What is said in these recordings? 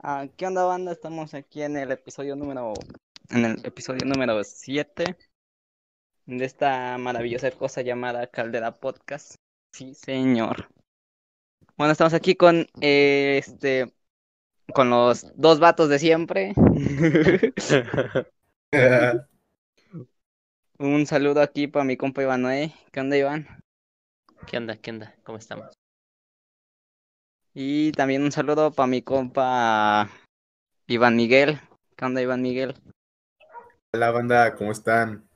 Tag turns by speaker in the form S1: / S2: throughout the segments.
S1: Ah, ¿qué onda, banda? Estamos aquí en el episodio número en el episodio número 7 de esta maravillosa cosa llamada Caldera Podcast. Sí, señor. Bueno, estamos aquí con eh, este con los dos vatos de siempre. Un saludo aquí para mi compa Iván Noé. ¿Qué onda, Iván?
S2: ¿Qué onda? ¿Qué onda? ¿Cómo estamos?
S1: Y también un saludo para mi compa Iván Miguel. ¿Qué onda, Iván Miguel?
S3: Hola banda, ¿cómo están?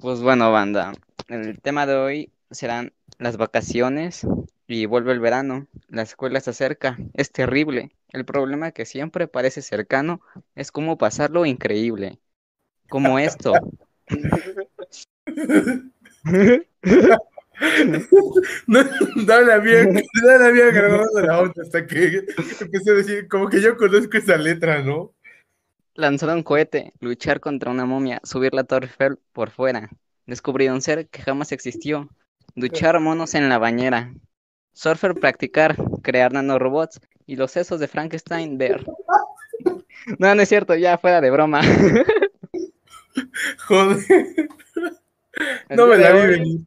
S1: Pues bueno, banda, el tema de hoy serán las vacaciones y vuelve el verano. La escuela se acerca, es terrible. El problema que siempre parece cercano es cómo pasarlo increíble. Como esto.
S3: No, no la había, no la había grabado de la otra hasta que empecé a decir, como que yo conozco esa letra, ¿no?
S1: Lanzar un cohete, luchar contra una momia, subir la Torre Eiffel por fuera, descubrir un ser que jamás existió, duchar monos en la bañera, surfer practicar, crear nanorobots y los sesos de Frankenstein ver. No, no es cierto, ya fuera de broma.
S3: Joder,
S1: El
S3: no me
S1: día
S3: la
S1: de
S3: vi
S1: hoy-
S3: venir.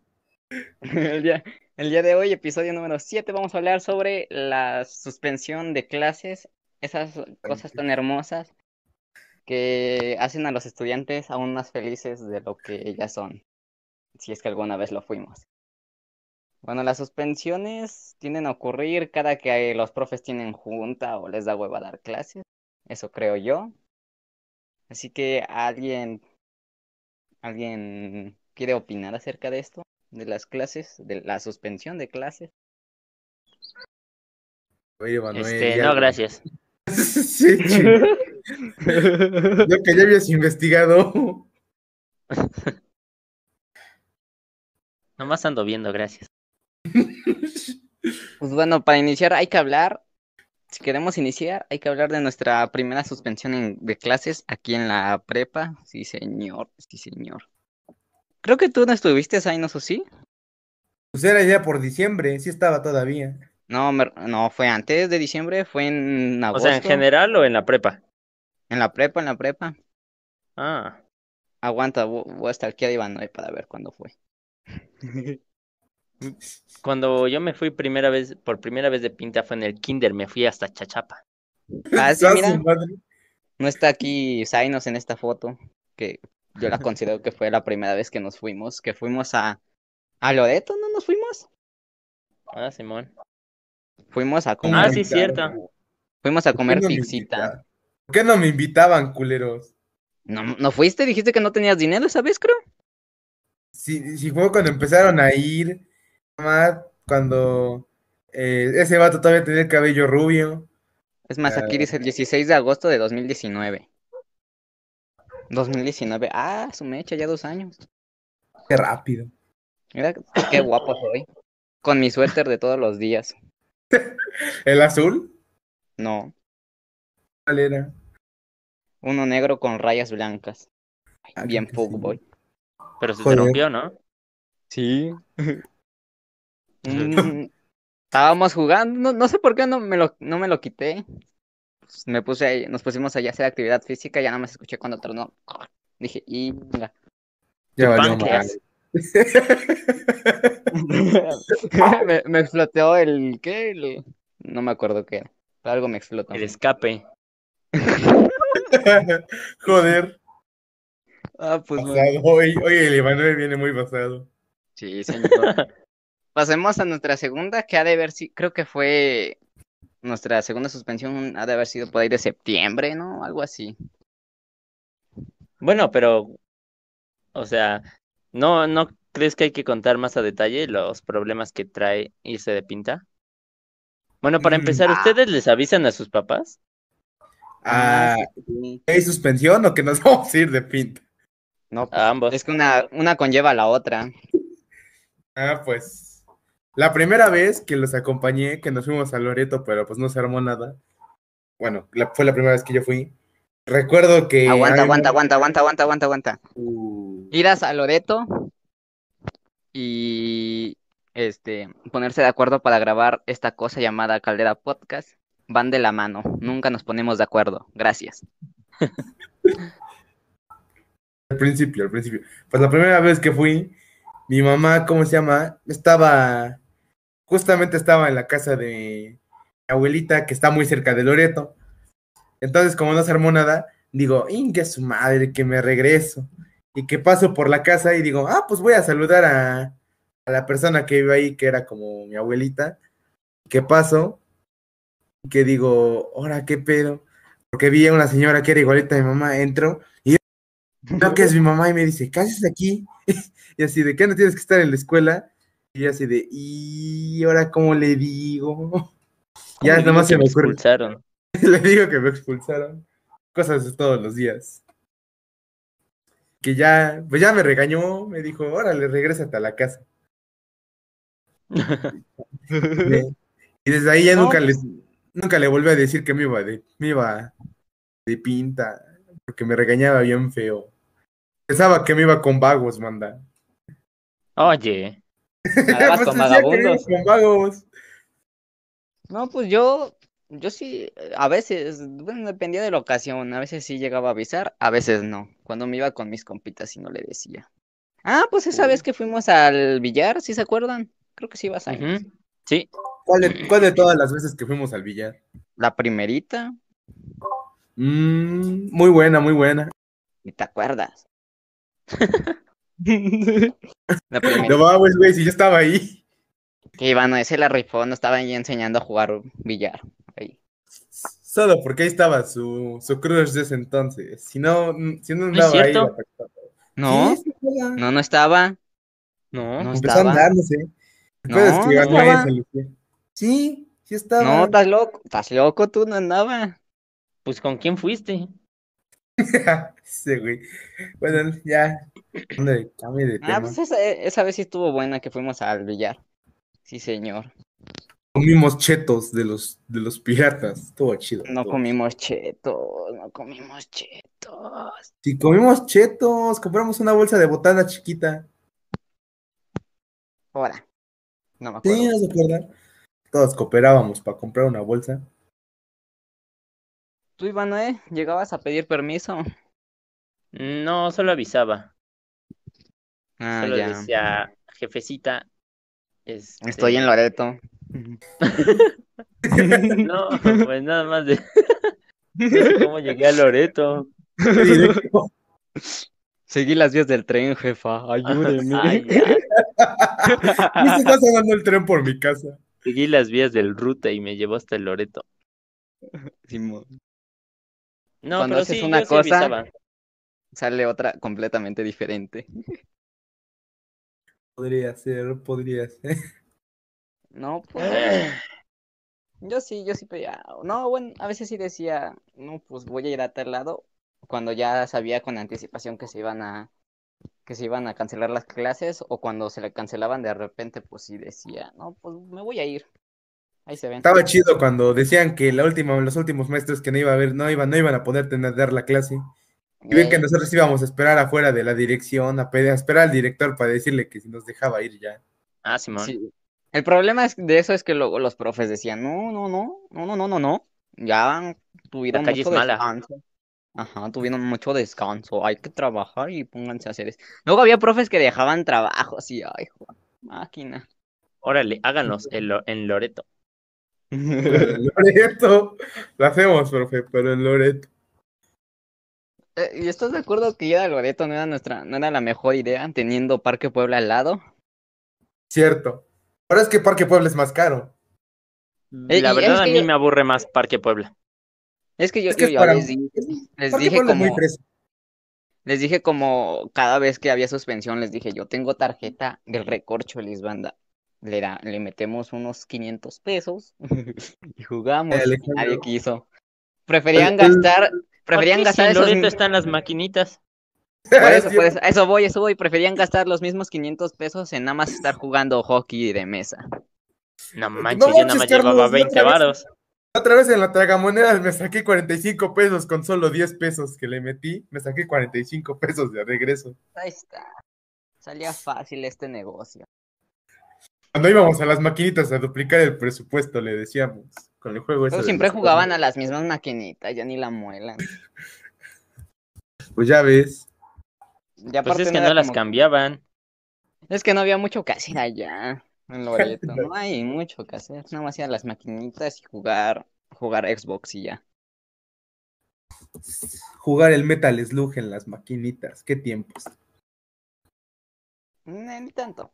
S1: El día, el día de hoy, episodio número 7, vamos a hablar sobre la suspensión de clases, esas cosas tan hermosas que hacen a los estudiantes aún más felices de lo que ya son, si es que alguna vez lo fuimos. Bueno, las suspensiones tienden a ocurrir cada que los profes tienen junta o les da hueva dar clases, eso creo yo. Así que alguien, alguien quiere opinar acerca de esto de las clases, de la suspensión de clases.
S3: Oye, Manuel,
S2: Este,
S3: ya-
S2: no, gracias.
S3: Sí, ching- lo que ya habías investigado.
S2: Nomás ando viendo, gracias.
S1: Pues bueno, para iniciar hay que hablar, si queremos iniciar, hay que hablar de nuestra primera suspensión en- de clases aquí en la prepa. Sí, señor, sí, señor. Creo que tú no estuviste ahí, ¿no, sí?
S3: Pues era ya por diciembre, sí estaba todavía.
S1: No, me- no, fue antes de diciembre, fue en
S2: O
S1: agosto.
S2: sea, en general o en la prepa.
S1: En la prepa, en la prepa.
S2: Ah,
S1: Aguanta, vo- voy hasta aquí a Iván hoy para ver cuándo fue.
S3: Ah,
S2: cuando yo me fui primera vez, por primera vez de pinta fue en el kinder, me fui hasta Chachapa.
S1: Ah, sí,
S3: Ah, su
S1: mira.
S3: madre.
S1: No está aquí Zainos en esta foto, que yo la considero que fue la primera vez que nos fuimos, que fuimos a... ¿A Loreto no nos fuimos?
S2: Ah, Simón.
S1: Fuimos a
S3: ¿Cómo
S2: Ah,
S1: comer,
S3: me
S2: sí,
S3: invitaron?
S2: cierto.
S1: fuimos a
S3: ¿Por qué
S1: comer
S3: no me
S1: pixita.
S3: invitaron? ¿Por qué no me invitaban, culeros?
S1: ¿No, ¿No fuiste? Dijiste que no tenías dinero esa vez, creo.
S3: Si, si fue cuando empezaron a ir, más cuando eh, ese vato todavía tenía el cabello rubio.
S1: Es más, aquí dice el 16 de agosto de 2019. 2019. Ah, su mecha, ya dos años.
S3: Qué rápido.
S1: Mira, qué guapo soy. Con mi suéter de todos los días.
S3: ¿El azul?
S1: No,
S3: ¿Cuál era?
S1: uno negro con rayas blancas. Ay,
S3: Ah,
S1: Bien
S3: creo que sí.
S1: fuckboy.
S2: Pero se te
S3: Joder.
S2: rompió, ¿no?
S1: Sí. Mm, Estábamos jugando, no, no sé por qué no me lo, no me lo quité. Pues Me puse ahí- nos pusimos allá a hacer actividad física, ya nada más escuché cuando tronó. Dije, y
S3: Ya
S2: Tu
S3: valió
S2: páncreas.
S3: madre.
S1: me, me exploteó el qué, El- no me acuerdo qué era, pero algo me explotó.
S2: El escape.
S3: Joder,
S1: Ah, pues bueno.
S3: pasado. Hoy, hoy el Emanuel viene muy pasado.
S1: Sí, señor. Pasemos a nuestra segunda, que ha de haber sido, creo que fue nuestra segunda suspensión, ha de haber sido por ahí de septiembre, ¿no? Algo así.
S2: Bueno, pero, o sea, ¿no, ¿no crees que hay que contar más a detalle los problemas que trae irse de pinta? Bueno, para
S3: Mm.
S2: empezar, ¿ustedes les avisan a sus papás?
S3: Ah,
S1: sí.
S3: ¿Hay suspensión o que nos vamos a ir de pinta?
S1: No, pues,
S2: A ambos.
S1: Es que una, una conlleva a la otra.
S3: Ah, pues. La primera vez que los acompañé, que nos fuimos a Loreto, pero pues no se armó nada. Bueno, la- fue la primera vez que yo fui. Recuerdo que.
S1: aguanta,
S3: ay,
S1: aguanta, aguanta, aguanta, aguanta, aguanta, aguanta.
S3: uh,
S1: Irás a Loreto y este ponerse de acuerdo para grabar esta cosa llamada Caldera Podcast. van de la mano. Nunca nos ponemos de acuerdo. Gracias.
S3: Al principio, al principio. Pues la primera vez que fui, mi mamá, ¿cómo se llama? Estaba, justamente estaba en la casa de mi abuelita, que está muy cerca de Loreto. Entonces, como no se armó nada, digo, inga su madre, que me regreso. Y que paso por la casa y digo, ah, pues voy a saludar a, a la persona que vive ahí, que era como mi abuelita. Que paso y que digo, ahora qué pedo. Porque vi a una señora que era igualita a mi mamá, entro y creo que es mi mamá y me dice, ¿qué haces aquí? y así de, ¿qué no tienes que estar en la escuela? Y yo así de, ¿y ahora cómo le digo? Ya
S2: Conmigo
S3: nomás
S2: que
S3: se me ocurre.
S2: expulsaron.
S3: Le digo que me expulsaron. Cosas de todos los días. Que ya, pues ya me regañó, me dijo, órale, regrésate a la casa. Le- y desde ahí ya
S1: No,
S3: nunca,
S1: pues-
S3: le, nunca le volví a decir que me iba de, me iba de pinta, porque me regañaba bien feo. Pensaba que me iba con vagos, manda.
S2: Oye,
S1: Andabas
S3: Pues decía
S1: Ah, con
S3: que me iba
S1: vagabundos.
S3: con vagos.
S1: No, pues yo, yo sí, eh, a veces, bueno, dependía de la ocasión, a veces sí llegaba a avisar, a veces no, cuando me iba con mis compitas y no le decía. Ah, pues esa vez que fuimos al billar, ¿sí se acuerdan? Creo que sí ibas ahí.
S2: ujú, sí,
S3: ¿Cuál de, cuál de todas las veces que fuimos al billar?
S1: La primerita,
S3: Mm, muy buena, muy buena.
S1: ¿y te acuerdas? La primerita.
S3: No vamos, pues, güey, si yo estaba ahí.
S1: Que Iván, ese la rifó, nos estaba ahí enseñando a jugar billar. ahí.
S3: Solo porque ahí estaba su, su crush de ese entonces. Si no, mm, si no andaba ahí.
S2: cierto?
S3: la persona.
S1: No,
S3: Sí, sí, estaba.
S1: no, no estaba.
S2: no.
S1: No.
S3: Empezó
S1: estaba.
S3: a andar, no sé.
S1: No,
S3: Después es que
S1: no
S3: ganó
S1: estaba.
S3: esa, Lucía. Sí, sí estaba.
S1: No, estás loco, estás loco, tú no andaba.
S2: Pues con quién fuiste.
S3: Ese güey. Bueno, ya. Ándale, cambie de
S1: Ah,
S3: tema.
S1: pues esa, esa vez sí estuvo buena que fuimos al billar. Sí, señor.
S3: Comimos chetos de los, de los piratas. Estuvo chido.
S1: No
S3: estuvo
S1: comimos chetos, no comimos chetos.
S3: chido. Sí, comimos chetos. Compramos una bolsa de botana chiquita.
S1: Ahora, no me acuerdo.
S3: Sí, ¿no se acuerdan? Todos cooperábamos para comprar una bolsa.
S1: Tú, Iván, ¿eh? llegabas a pedir permiso.
S2: No, solo avisaba.
S1: Ah,
S2: solo
S1: ya.
S2: decía, jefecita. este,
S1: Estoy en Loreto.
S2: No, pues nada más de. No sé cómo llegué a Loreto.
S3: Directo.
S1: Seguí las vías del tren, jefa.
S2: Ay, ya.
S3: ¿No se está sonando el tren por mi casa?
S2: Seguí las vías del ruta y me llevó hasta el Loreto.
S1: Simón.
S2: No,
S1: Cuando
S2: pero
S1: haces
S2: sí,
S1: una
S2: yo sí
S1: cosa-
S2: avisaba.
S1: Sale otra completamente diferente.
S3: Podría ser, podría ser.
S1: No, pues. Yo sí, yo sí pedía. No, bueno, a veces sí decía, no, pues voy a ir a tal lado. Cuando ya sabía con anticipación que se iban a, que se iban a cancelar las clases, o cuando se le cancelaban de repente, pues sí decía, no, pues me voy a ir. Ahí se ven.
S3: Estaba chido cuando decían que la última, los últimos maestros que no iba a haber, no iban, no iban a poder tener, dar la clase. Y bien que
S1: Eh,
S3: nosotros íbamos a esperar afuera de la dirección, a, pedir, a esperar al director para decirle que si nos dejaba ir ya.
S2: Ah, Simón.
S1: sí. El problema es, de eso es que luego los profes decían, no, no, no, no, no, no, no, no. Ya tuvieron
S2: La calle es
S1: mucho
S2: mala.
S1: descanso. Ajá, tuvieron mucho descanso. Hay que trabajar y pónganse a hacer eso. Luego había profes que dejaban trabajos y, ay, jue- máquina.
S2: Órale, háganos en, Lo- en Loreto.
S1: Eh,
S3: En Loreto, lo hacemos, profe, pero en Loreto.
S1: ¿Y estás de acuerdo que ya Loreto no era nuestra, no era la mejor idea teniendo Parque Puebla al lado?
S3: Cierto. Ahora es que Parque Puebla es más caro.
S1: Eh,
S2: la
S1: y es
S2: verdad, a
S1: que
S2: mí
S1: yo-
S2: me aburre más Parque Puebla.
S1: Es que yo,
S3: Es que
S1: yo
S3: es
S1: ya
S3: para-
S1: les, di- les
S3: Parque
S1: dije
S3: Puebla es muy
S1: como,
S3: fresco.
S1: les dije como cada vez que había suspensión, les dije, yo tengo tarjeta del recorcho Lisbanda. Le, da- le metemos unos 500 pesos y jugamos.
S3: Eh,
S1: Y
S3: Alejandro.
S1: nadie quiso.
S3: El-
S1: Preferían
S3: el-
S1: gastar, preferían
S2: Porque si
S1: gastar
S2: en
S1: esos...
S2: Loreto están las maquinitas.
S1: Por eso, por
S3: Cierto.
S1: eso, a eso voy, a eso voy. Preferían gastar los mismos 500 pesos en nada más estar jugando hockey de mesa.
S2: No manches, yo
S3: manches,
S2: nada más
S3: Carlos,
S2: llevaba
S3: no
S2: 20
S3: sabes.
S2: varos. Pues
S3: Otra vez en la tragamonedas me saqué 45 pesos con solo 10 pesos que le metí. Me saqué 45 pesos de regreso.
S2: Pues
S1: Ahí está. Salía fácil este negocio.
S3: Cuando íbamos a las maquinitas a duplicar el presupuesto, le decíamos, con el juego ese
S1: Todos
S3: de
S1: siempre
S3: los-
S1: jugaban a las mismas maquinitas, ya ni la muelan.
S3: Pues ya ves.
S1: Ya
S2: Pues
S1: aparte
S2: es que
S1: era
S2: no las
S1: como-
S2: cambiaban.
S1: Es que no había mucho que hacer allá en Loreto. No hay mucho que hacer. Nada más ir a las maquinitas y jugar, jugar Xbox y ya.
S3: Jugar el Metal Slug en las maquinitas. Qué tiempos.
S1: Ni, ni tanto.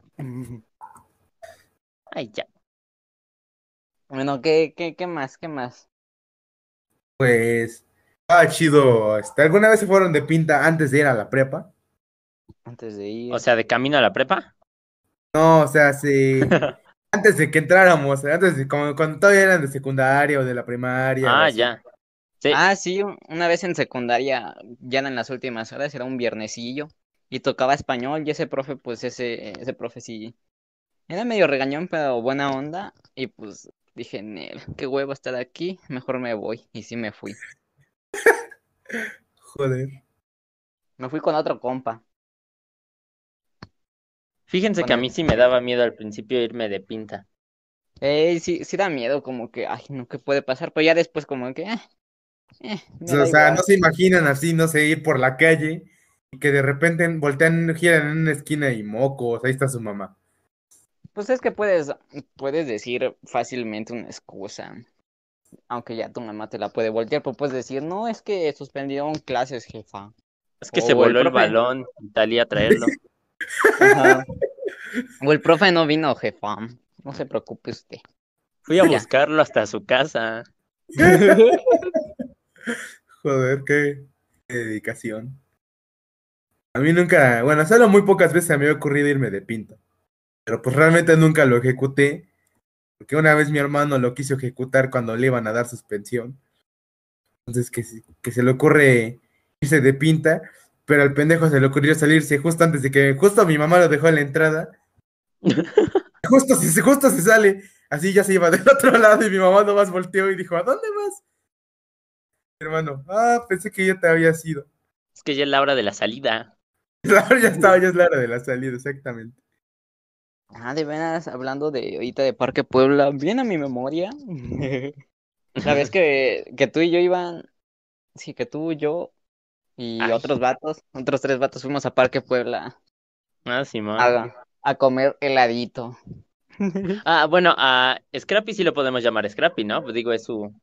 S2: Ay, ya.
S1: Bueno, ¿qué, qué, qué más? ¿Qué más?
S3: Pues. Ah, chido. este, ¿Alguna vez se fueron de pinta antes de ir a la prepa?
S1: Antes de ir.
S2: O sea, de camino a la prepa.
S3: No, o sea, sí. antes de que entráramos, antes de como cuando todavía eran de secundaria o de la primaria. o
S2: Ah,
S3: así.
S2: ya. Sí.
S1: Ah, sí, un- una vez en secundaria, ya en las últimas horas, era un viernesillo y tocaba español y ese profe, pues ese, ese profe sí, era medio regañón, pero buena onda y pues dije, Nel, qué huevo estar aquí, mejor me voy y sí me fui.
S3: Joder.
S1: Me fui con otro compa.
S2: Fíjense que a
S1: Bueno.
S2: mí sí me daba miedo al principio irme de pinta.
S1: Eh, sí, sí da miedo, como que, ay, no, ¿qué puede pasar? Pero ya después como que, eh, eh, me
S3: O sea, Pues,
S1: da
S3: o sea,
S1: igual.
S3: no se imaginan así, no sé, ir por la calle y que de repente voltean, giran en una esquina y mocos, ahí está su mamá.
S1: Pues es que puedes, puedes decir fácilmente una excusa, aunque ya tu mamá te la puede voltear, pero puedes decir, no, es que suspendieron clases, jefa.
S2: Es que
S1: Oh,
S2: se
S1: el
S2: voló el,
S1: profe.
S2: balón y salí a traerlo.
S1: Ajá. O el profe no vino, jefa. No se preocupe usted.
S2: Fui a
S1: Ya.
S2: buscarlo hasta su casa.
S3: Joder, qué, qué dedicación. A mí nunca, bueno, solo muy pocas veces me había ocurrido irme de pinta. Pero pues realmente nunca lo ejecuté. Porque una vez mi hermano lo quiso ejecutar cuando le iban a dar suspensión. Entonces que, se- que se le ocurre irse de pinta. Pero al pendejo se le ocurrió salirse justo antes de que, justo mi mamá lo dejó en la entrada. Justo se, justo se sale. Así ya se iba del otro lado y mi mamá nomás volteó y dijo, ¿a dónde vas? Hermano, ah, pensé que ya te había sido.
S2: Es que ya es la hora de la salida.
S3: Ahora ya estaba, ya es la hora de la salida, exactamente.
S1: Ah, de veras, hablando de ahorita de Parque Puebla, bien a mi memoria. La vez que, que tú y yo iban, sí, que tú, yo y
S2: Ay.
S1: otros vatos, otros tres vatos fuimos a Parque Puebla
S2: Ah, Simón.
S1: a, a comer heladito.
S2: Ah, bueno, a Scrappy sí lo podemos llamar Scrappy, ¿no? Pues digo, es su.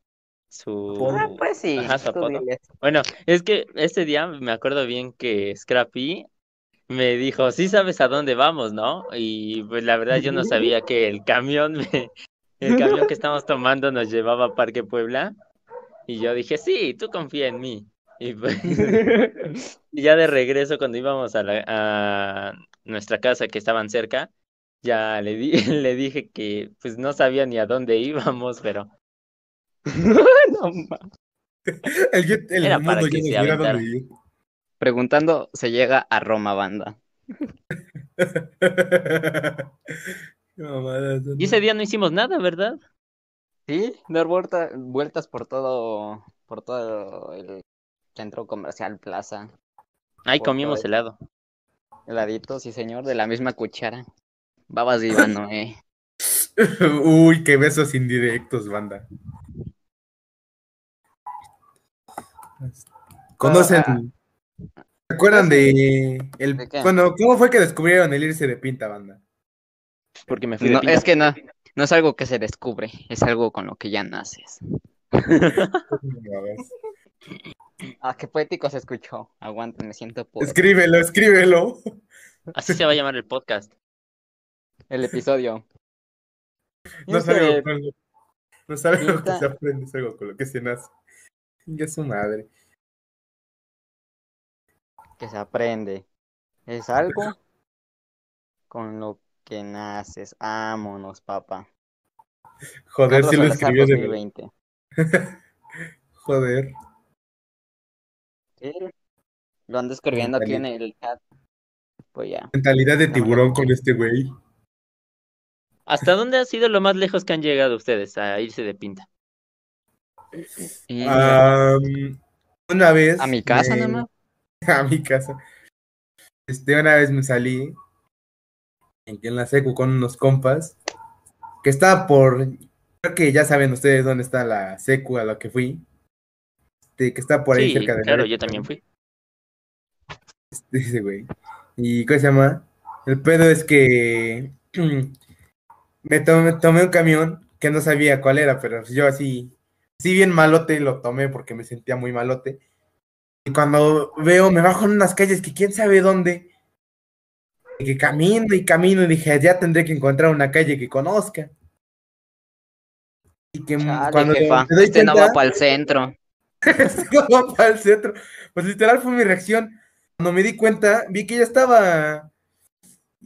S2: su...
S1: Ah, pues sí,
S2: Ajá, su
S1: tú
S2: apodo.
S1: diles.
S2: Bueno, es que ese día me acuerdo bien que Scrappy me dijo, sí sabes a dónde vamos, ¿no? Y pues la verdad yo no sabía que el camión, me- el camión que estamos tomando nos llevaba a Parque Puebla. Y yo dije, sí, tú confía en mí. Y pues y ya de regreso cuando íbamos a, la- a nuestra casa que estaban cerca, ya le, di- le dije que pues no sabía ni a dónde íbamos, pero
S1: No ma-
S3: El, yo- el
S2: Era para
S3: mundo ya
S2: que se
S3: no hubiera
S2: aventara.
S3: dónde ir.
S1: Preguntando, se llega a Roma, banda.
S3: Qué mamadas, ¿no?
S2: y ese día no hicimos nada, ¿verdad?
S1: Sí, dar vuelta- vueltas por todo, por todo el centro comercial, plaza,
S2: Ahí
S1: Por
S2: comimos
S1: favor.
S2: helado.
S1: heladito, sí señor, de la misma cuchara. Babas de Iván Eh, Noé.
S3: Uy, qué besos indirectos, banda. ¿Conocen? ¿Se acuerdan de el
S1: ¿De qué?
S3: bueno, cómo fue que descubrieron el irse de pinta, banda?
S2: Porque me fui de
S1: No,
S2: pinta.
S1: es que no, no es algo que se descubre, es algo con lo que ya naces. Ah, qué poético se escuchó. Aguanten, me siento por
S3: Escríbelo, escríbelo.
S2: Así se va a llamar el podcast.
S1: el episodio.
S3: No
S1: Irse
S3: sabe
S1: de
S3: algo con lo- no sabe algo que
S1: pinta.
S3: se aprende, es algo con lo que se nace. Ya su madre.
S1: que se aprende. Es algo con lo que naces. Ámonos, papá.
S3: Joder,
S1: Carlos
S3: si lo
S1: Salazar
S3: escribió de
S1: 2020.
S3: Joder.
S1: Sí, Lo ando escribiendo aquí en el chat. Pues ya.
S3: Mentalidad de
S1: No,
S3: tiburón con este güey.
S2: ¿Hasta dónde ha sido lo más lejos que han llegado ustedes a irse de pinta?
S1: Y
S3: Ah, Am, una vez.
S1: a mi casa
S3: me-
S1: nada más.
S3: A mi casa. Este, una vez me salí en, en la secu con unos compas. que está por, creo que ya saben ustedes dónde está la secu a la que fui, este, que está por ahí
S2: sí,
S3: cerca de...
S2: claro,
S3: Loreto.
S2: yo también fui.
S3: Dice, güey. ¿Y cómo se llama? El pedo es que me tomé, tomé un camión que no sabía cuál era, pero yo así, así bien malote lo tomé porque me sentía muy malote. Y cuando veo, me bajo en unas calles que quién sabe dónde. Y que camino y camino y dije, ya tendré que encontrar una calle que conozca. Y que
S1: Chale,
S3: mm, cuando te-
S1: jefa,
S3: te doy
S1: este no
S3: cuenta-
S1: va para el centro.
S3: como para el centro. Pues literal fue mi reacción. Cuando me di cuenta, vi que ya estaba,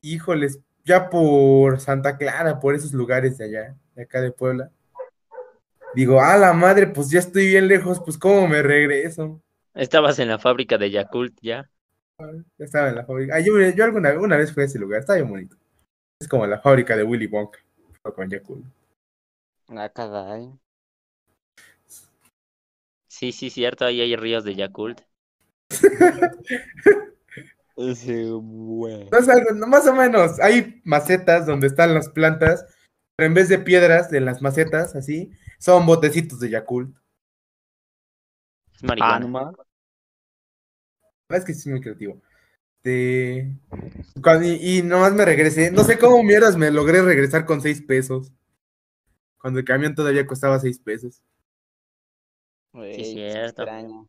S3: híjoles, ya por Santa Clara, por esos lugares de allá, de acá de Puebla. Digo, a la madre, pues ya estoy bien lejos, pues cómo me regreso.
S2: Estabas en la fábrica de Yakult ya.
S3: Ya estaba en la fábrica. Ah, yo, yo alguna una vez fui a ese lugar, está bien bonito. Es como la fábrica de Willy Wonka, pero con Yakult.
S1: Ah, caray.
S2: Sí, sí, cierto, ahí hay ríos de Yakult.
S3: No es algo- no, más o menos. Hay macetas donde están las plantas, pero en vez de piedras de las macetas, así, son botecitos de Yakult. Ah,
S2: Es marihuana.
S3: La verdad es que sí es muy creativo. Este, cuando- y, y nomás me regresé. No sé cómo mierdas me logré regresar con seis pesos. Cuando el camión todavía costaba seis pesos.
S1: Güey,
S2: Sí,
S1: qué
S2: cierto.
S1: extraño.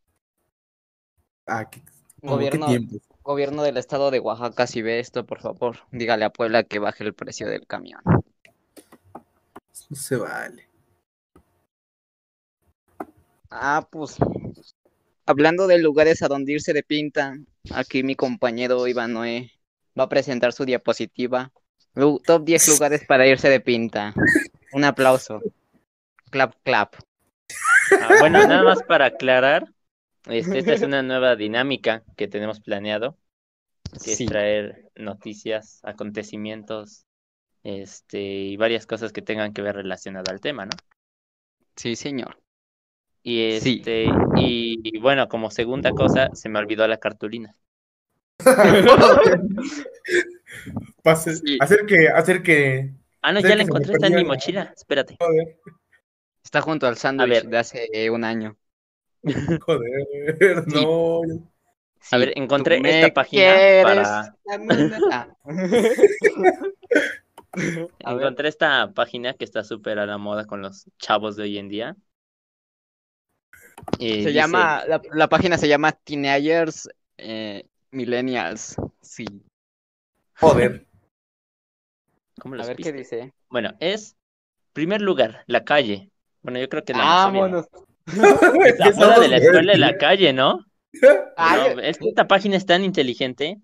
S3: Ah, qué, como qué
S1: Gobierno,
S3: tiempo.
S1: gobierno del estado de Oaxaca, si ve esto, por favor, dígale a Puebla que baje el precio del camión.
S3: No se vale.
S1: Ah, pues. Hablando de lugares a donde irse de pinta, aquí mi compañero Iván Noé va a presentar su diapositiva. Lu- Top 10 lugares para irse de pinta. Un aplauso. Clap, clap.
S2: Ah, bueno, nada más para aclarar, este, esta es una nueva dinámica que tenemos planeado, que
S1: Sí.
S2: es traer noticias, acontecimientos, este, y varias cosas que tengan que ver relacionadas al tema, ¿no?
S1: Sí, señor.
S2: Y
S1: Sí.
S2: este, y, y bueno, como segunda cosa, se me olvidó la cartulina.
S3: Pase-
S1: Sí.
S3: Hacer que, hacer que.
S2: Ah, no,
S3: Sí,
S2: ya
S3: que se me
S2: la encontré, está en
S3: perdió
S2: mi
S3: la-
S2: mochila, espérate.
S3: Joder,
S1: Está junto al sándwich
S2: ver.
S1: de hace eh, un año.
S3: joder, no.
S2: A
S1: Sí,
S2: ver,
S1: tú
S2: encontré
S1: me
S2: esta página
S1: quieres
S2: para,
S1: ganar. Ah. A ver,
S2: encontré esta página que está súper a la moda con los chavos de hoy en día. Y
S1: se
S2: dice-
S1: llama, la, la página se llama Teenagers eh, Millennials. Sí.
S3: Joder.
S2: ¿Cómo
S1: A
S2: los
S1: ver
S2: viste?
S1: qué dice.
S2: Bueno, es primer lugar, la calle. Bueno, yo creo que la mayoría, ¿no?
S1: Vámonos.
S2: Pues afuera de la escuela de la calle, ¿no?
S1: Ay,
S2: No, es que esta página es tan inteligente.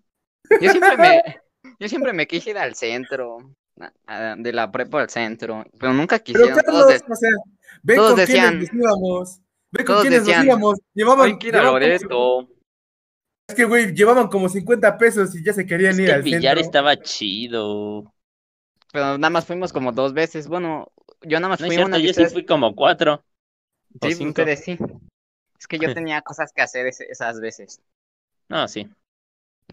S1: Ah, yo siempre me, yo siempre me quise ir al centro, a- a- de la prepa al centro, pero nunca
S3: Pero
S1: quisieron.
S3: Carlos,
S1: Todos de-
S3: o sea, ve
S1: todos
S3: con
S1: decían-
S3: quiénes nos íbamos. Ve con
S1: todos
S3: quiénes nos
S1: decían,
S3: íbamos. Llevaban,
S1: hay que ir a
S3: llevaban-
S1: Loreto.
S3: es que, güey, llevaban como 50 pesos y ya se querían
S2: Es
S3: ir
S2: que
S3: al
S2: el billar
S3: centro.
S2: estaba chido.
S1: Pero nada más fuimos como dos veces. Bueno, yo nada más
S2: No es
S1: fui
S2: cierto,
S1: una y
S2: yo sí
S1: ustedes-
S2: fui como cuatro. o
S1: sí,
S2: cinco.
S1: ustedes sí. Es que yo tenía cosas que hacer ese- esas veces.
S2: No, sí.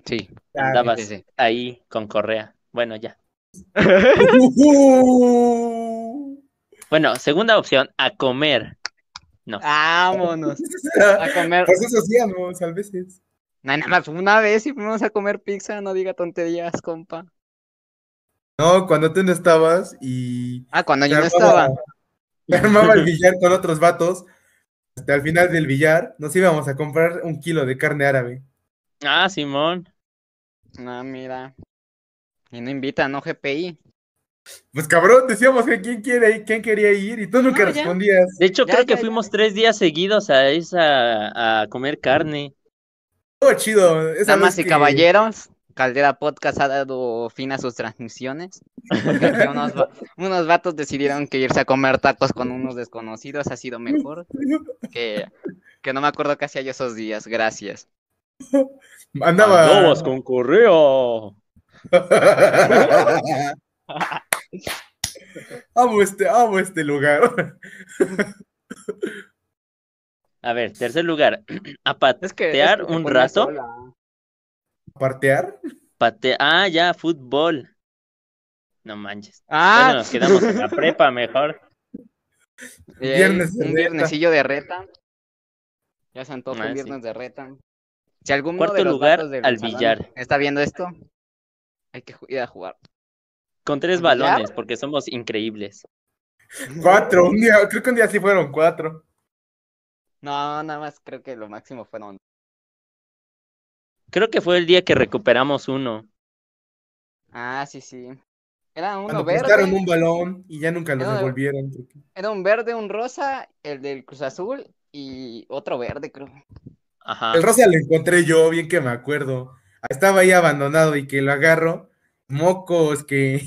S1: Sí.
S3: Ah,
S2: Andabas
S1: sí, sí.
S2: ahí con correa. Bueno, ya.
S3: Ujú.
S2: Bueno, segunda opción, a comer.
S1: Vámonos a
S2: Ah,
S1: comer.
S3: Pues eso hacíamos a veces.
S1: No, nada más una vez y fuimos a comer pizza, no diga tonterías, compa.
S3: No, cuando tú no estabas y
S1: Ah, cuando
S3: se
S1: yo no
S3: armaba-
S1: estaba.
S3: se armaba el billar con otros vatos. Hasta al final del billar nos íbamos a comprar un kilo de carne árabe.
S2: Ah, Simón.
S1: Ah, mira. Y no invitan, no GPI.
S3: Pues cabrón, decíamos que quién quiere ir, quién quería ir y tú nunca
S1: No, Ah, ya.
S3: respondías.
S2: De hecho,
S1: Ya,
S2: creo
S1: ya,
S2: que
S1: ya.
S2: fuimos tres días seguidos a esa a comer carne.
S3: Todo chido. Esa
S1: Damas
S3: vez
S1: y
S3: que-
S1: caballeros, Caldera Podcast ha dado fin a sus transmisiones. Porque aquí unos, va- unos vatos decidieron que irse a comer tacos con unos desconocidos ha sido mejor que, que no me acuerdo qué hacía yo esos días. Gracias.
S3: Andaba.
S2: Andabas con correo.
S3: amo este, amo este lugar.
S2: A ver, tercer lugar, a patear
S1: Es que.
S2: Patear un
S1: ponías
S2: rato.
S1: sola.
S3: ¿Partear?
S2: Ah, ya, fútbol. No manches.
S1: Ah,
S2: Bueno, nos quedamos en la prepa mejor.
S1: eh,
S3: viernes de
S1: un
S3: reta.
S1: viernesillo de reta. Ya se antoja
S2: Ah,
S1: un
S2: sí.
S1: viernes de reta. Si alguno
S2: Cuarto
S1: de los
S2: lugar,
S1: vatos del
S2: al
S1: salón
S2: billar.
S1: está viendo esto, hay que ju- ir a jugar.
S2: Con tres
S1: ¿Ya?
S2: balones, porque somos increíbles.
S3: Cuatro, un día, creo que un día sí fueron cuatro.
S1: No, nada más creo que lo máximo fueron.
S2: Creo que fue el día que recuperamos uno.
S1: Ah, sí, sí. Era uno
S3: Cuando
S1: verde,
S3: prestaron un balón y ya nunca lo
S1: Era-
S3: devolvieron.
S1: era un verde, un rosa, el del Cruz Azul y otro verde, creo.
S2: Ajá.
S3: El rosa lo encontré yo, bien que me acuerdo. Estaba ahí abandonado y que lo agarro. Mocos que.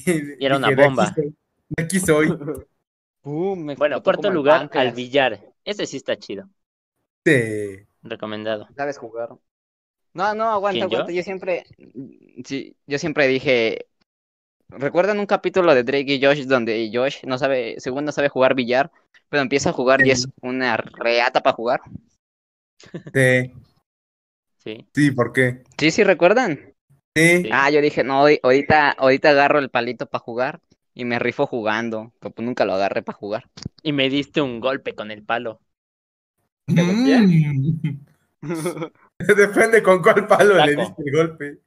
S2: Y era una
S3: dije, de aquí
S2: bomba.
S3: soy, De aquí soy.
S1: Pum, me
S2: Bueno,
S1: explotó
S2: cuarto
S1: como el
S2: lugar, al
S1: páncreas.
S2: billar. Ese sí está chido.
S3: Sí.
S2: Recomendado.
S1: Sabes jugar. No, no, aguanta,
S2: ¿Quién, yo?
S1: aguanta. Yo siempre, sí, yo siempre dije, ¿recuerdan un capítulo de Drake y Josh donde Josh no sabe, según no sabe jugar billar, pero empieza a jugar y es una reata para jugar?
S3: Sí,
S2: Sí.
S3: sí, ¿por qué?
S1: Sí, sí, ¿recuerdan?
S3: Sí,
S2: Sí.
S1: Ah, yo dije, no, hoy- ahorita, ahorita agarro el palito para jugar y me rifo jugando, pero pues nunca lo agarré para jugar.
S2: Y me diste un golpe con el palo.
S1: ¿Te golpeé?
S3: Mm. Depende con cuál palo le
S2: Taco.
S3: diste el golpe.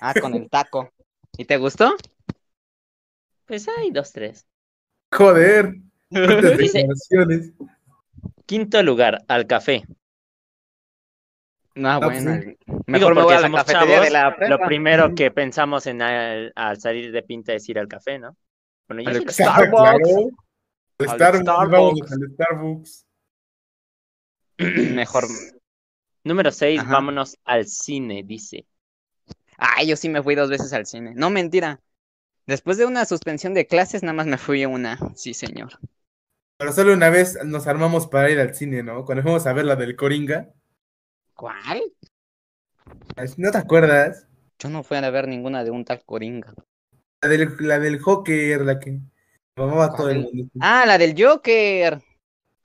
S1: Ah, con el taco. ¿Y te gustó?
S2: Pues hay dos, tres.
S3: Joder, cuántas
S2: Dice-
S3: declaraciones.
S2: Quinto lugar, al café.
S1: No,
S3: pues
S1: bueno.
S3: sí.
S1: Mejor me voy
S2: porque
S1: a la
S2: somos
S1: cafetería de la
S2: Lo
S1: prepa.
S2: primero que pensamos en al, al salir de pinta es ir al café, ¿no? Bueno, yo
S1: Al
S2: sí lo-
S1: café.
S3: Claro,
S1: Starbucks.
S3: Al
S1: Al
S3: Starbucks,
S1: Starbucks.
S3: vamos al Starbucks.
S1: Mejor.
S2: Número seis,
S1: Ajá.
S2: vámonos al cine, dice.
S1: Ay, yo sí me fui dos veces al cine. No, mentira. Después de una suspensión de clases, nada más me fui una. Sí, señor.
S3: Pero solo una vez nos armamos para ir al cine, ¿no? Cuando fuimos a ver la del Coringa.
S1: ¿Cuál?
S3: ¿No te acuerdas?
S1: Yo no fui a ver ninguna de un tal Coringa.
S3: La del, la del Joker, la que mamaba todo el
S1: ¿Cuál?
S3: mundo.
S1: Ah, la del Joker.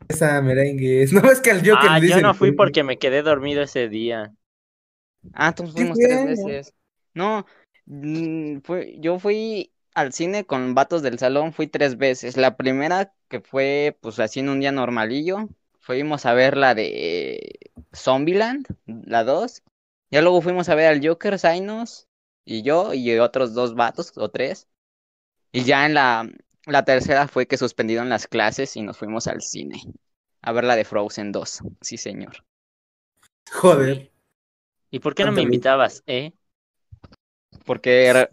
S3: Esa merengue. No es que al Joker
S2: ah,
S3: le
S2: yo
S3: dicen
S2: no
S3: el
S2: fui
S3: Coringa.
S2: porque me quedé dormido ese día.
S1: Ah, tú fuimos
S3: Sí,
S1: tres
S3: bueno.
S1: veces. No, mm, fue- yo fui al cine con vatos del salón, fui tres veces. La primera que fue, pues así en un día normalillo, fuimos a ver la de Zombieland, la dos. Ya luego fuimos a ver al Joker, Zainos y yo y otros dos vatos o tres. Y ya en la, la tercera fue que suspendieron las clases y nos fuimos al cine a ver la de Frozen 2. Sí, señor.
S3: Joder.
S2: ¿Y por qué no me
S3: Ándale.
S2: invitabas, eh?
S1: porque era-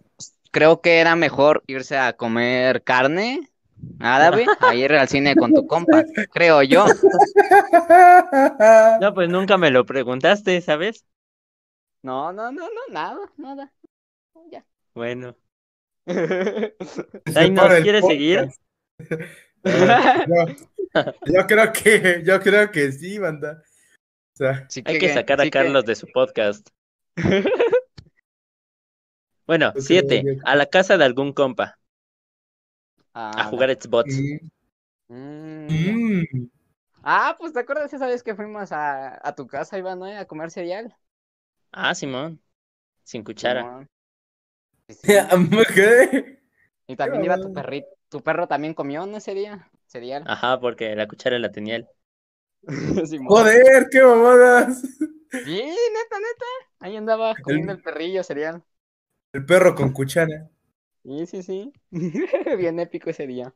S1: creo que era mejor irse a comer carne árabe a ir al cine con tu compa, creo yo.
S2: No, pues nunca me lo preguntaste, ¿sabes?
S1: No, no, no, no, nada, nada. Ya.
S2: Bueno.
S3: Se
S2: Ay, ¿nos
S3: para el
S2: quieres
S3: podcast.
S2: seguir?
S3: No, yo creo que, yo creo que sí, banda. O sea,
S1: Sí
S2: Hay que sacar a
S1: sí que-
S2: Carlos de su podcast. Bueno,
S3: Ok,
S2: siete.
S3: ok.
S2: A la casa de algún compa. A
S1: Ah,
S2: jugar Xbox.
S3: mm,
S1: mm.
S3: mm.
S1: Ah, pues te acuerdas esa vez que fuimos a, a tu casa, Iván, ¿no? a comer cereal.
S2: Ah, Simón. Sin cuchara.
S1: Simón. Sí, sí.
S3: Ok.
S1: Y también
S3: Qué
S1: iba tu
S3: mamada.
S1: perrito. Tu perro también comió, ¿no? Ese día. Cereal.
S2: Ajá, porque la cuchara la tenía él. Ah.
S1: Simón.
S3: Joder, qué mamadas.
S1: Sí, neta, neta. Ahí andaba comiendo el perrillo cereal.
S3: El perro con cuchara.
S1: Sí, sí, sí. Bien épico ese día.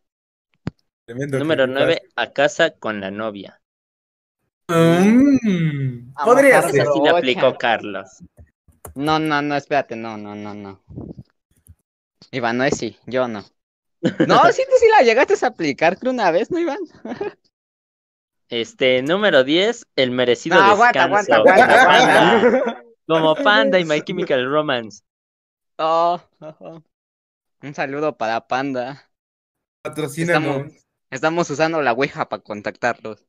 S3: Tremendo
S2: Número
S3: creepypasta.
S2: nueve. A casa con la novia.
S3: Mm,
S1: A
S3: Podría
S1: matar
S3: ser.
S2: Ese sí le
S1: Ocha.
S2: aplicó Carlos.
S1: No, no, no, espérate, no, no, no, no. Iván, no es sí, yo no. No, sí, tú sí la llegaste a aplicar creo una vez, ¿no, Iván?
S2: Este, número 10, el merecido
S1: no,
S2: descanso.
S1: aguanta, aguanta, aguanta,
S2: Como
S1: aguanta.
S2: Panda, como Panda y My Chemical Romance.
S1: Oh, oh, oh. Un saludo para Panda.
S3: Patrocínanos.
S1: Estamos usando la Ouija para contactarlos.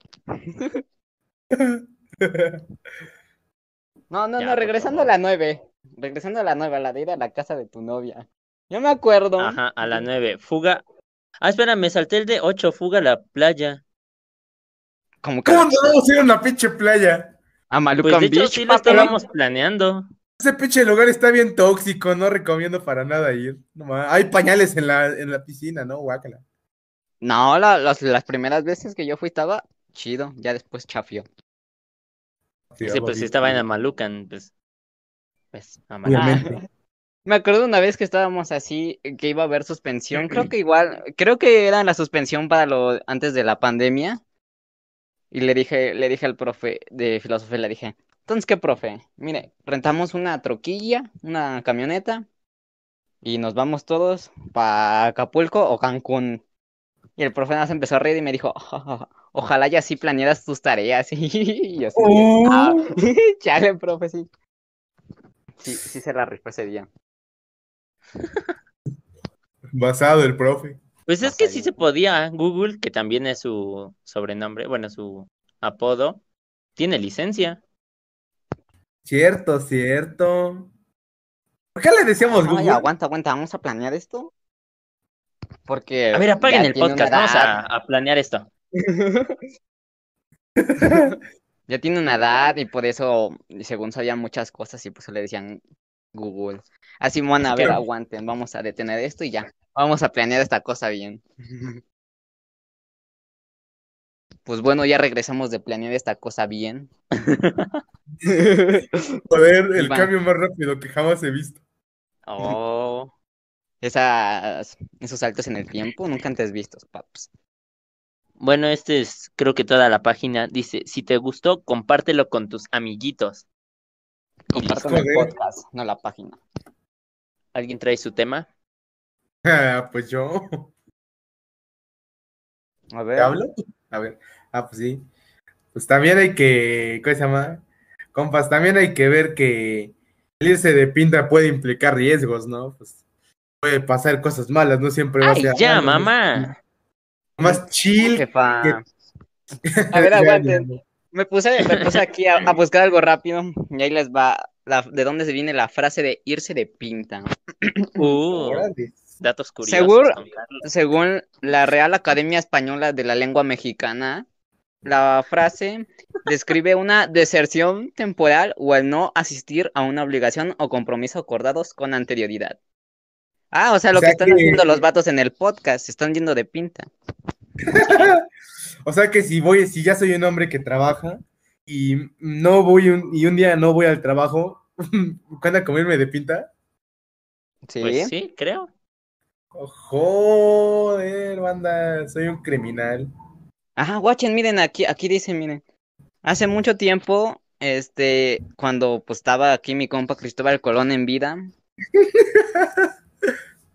S1: No, no,
S2: Ya,
S1: no,
S2: por
S1: regresando a
S2: favor.
S1: la nueve. Regresando a la nueve, a la de ir a la casa de tu novia. Yo me acuerdo.
S2: Ajá, a la 9, fuga. Ah, espera, me salté el de 8, fuga a la playa.
S1: Como que
S3: ¿Cómo nos vamos a ir a una pinche playa?
S1: a Malucan
S2: Pues de hecho
S1: Beach,
S2: sí lo
S1: papi.
S2: estábamos planeando.
S3: Ese pinche lugar está bien tóxico, no recomiendo para nada ir. No ma- hay pañales en la, en la piscina, ¿no? Guácala.
S1: No, la- las, las primeras veces que yo fui estaba chido, ya después chafió.
S2: Sí, pues si estaba en Amalucan, pues. Pues, Amalucan.
S3: Obviamente.
S1: Me acuerdo una vez que estábamos así, eh, que iba a haber suspensión, creo que igual, creo que era la suspensión para lo antes de la pandemia. Y le dije, le dije al profe de filosofía, le dije, entonces, ¿qué, profe? Mire, rentamos una troquilla, una camioneta, y nos vamos todos para Acapulco o Cancún. Y el profe nada más empezó a reír y me dijo, ojalá ya sí planearas tus tareas. Y yo así,
S3: Oh.
S1: "Ah, chale, profe, sí. Sí, sí se la rifó ese día.
S3: Basado el profe.
S2: Pues es
S1: Más
S2: que
S1: allá.
S2: sí se podía. Google, que también es su sobrenombre, bueno, su apodo, tiene licencia.
S3: Cierto, cierto. ¿Por qué le decíamos
S1: Ay,
S3: Google?
S1: aguanta, aguanta, vamos a planear esto. Porque.
S2: A ver, apaguen
S1: ya
S2: el
S1: tiene una
S2: podcast, vamos a,
S1: edad.
S2: a planear esto.
S1: Ya tiene una edad y por eso, según sabía muchas cosas, y por eso le decían Google. Así, Simón, a ver,
S3: Claro.
S1: aguanten, vamos a detener esto y ya. Vamos a planear esta cosa bien. Pues bueno, ya regresamos de planear esta cosa bien.
S3: Joder, el
S1: Va.
S3: cambio más rápido que jamás he visto.
S2: Oh,
S1: Esas, esos saltos en el tiempo nunca antes vistos, paps.
S2: bueno, este es creo que toda la página. Dice, si te gustó, compártelo con tus amiguitos. Y listo.
S1: Compartan el
S3: Joder.
S1: podcast, no la página.
S2: ¿Alguien trae su tema?
S3: Ah, pues yo.
S1: A
S3: ¿Te
S1: ver.
S3: hablo? A ver. Ah, pues sí. Pues también hay que. ¿Cómo se llama? Compas, también hay que ver que el irse de pinta puede implicar riesgos, ¿no? Pues puede pasar cosas malas, no siempre va a
S2: ¡Ay,
S3: ser.
S2: ya,
S3: "Ah, no,
S2: mamá!
S3: Más chill.
S1: Jefa. A ver,
S3: Ya,
S1: aguanten.
S3: ya,
S1: Me puse, me puse aquí a, a buscar algo rápido y ahí les va la- de dónde se viene la frase de irse de pinta.
S2: Uh,
S3: órale.
S2: datos curiosos.
S1: Seguro.
S2: Juan Carlos.
S1: Según la Real Academia Española de la Lengua Mexicana, la frase describe una deserción temporal o el no asistir a una obligación o compromiso acordados con anterioridad. Ah, o sea, lo
S3: O sea
S1: que están
S3: que-
S1: haciendo los vatos en el podcast, se están yendo de pinta.
S3: O sea que si voy, si ya soy un hombre que trabaja y no voy un, y un día no voy al trabajo, ¿cuándo a comerme de pinta?
S1: Sí.
S2: Pues sí, creo.
S3: Oh, joder, banda, soy un criminal.
S1: Ajá, guachen, miren, aquí, aquí dice, miren. Hace mucho tiempo, este, cuando pues estaba aquí mi compa Cristóbal Colón en vida,
S2: Ah.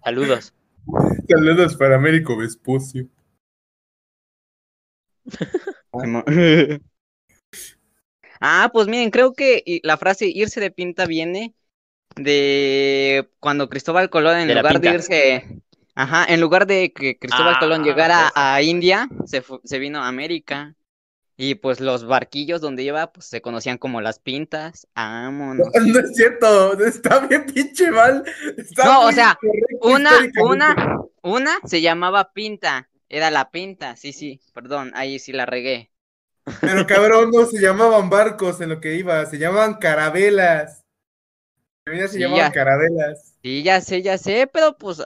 S2: Saludos.
S3: Saludos para Américo Vespucio.
S1: Ah, pues miren, creo que y- la frase irse de pinta viene de cuando Cristóbal Colón, en
S2: De la
S1: lugar de
S2: pinta.
S1: irse, ajá, en lugar de que Cristóbal
S2: Ah,
S1: Colón llegara
S2: pues.
S1: a India, se, fu- se vino a América. Y pues los barquillos donde iba, pues se conocían como las pintas. Vámonos.
S3: No es cierto, está bien pinche mal. Está
S1: No, o
S3: muy
S1: sea,
S3: incorrecto
S1: Una,
S3: históricamente.
S1: una, una se llamaba Pinta. Era la Pinta, sí, sí, perdón, ahí sí la regué.
S3: Pero cabrón, no se llamaban barcos en lo que iba, se llamaban carabelas. En realidad se
S1: Sí,
S3: llamaban
S1: ya.
S3: carabelas.
S1: Sí, ya sé, ya sé, pero pues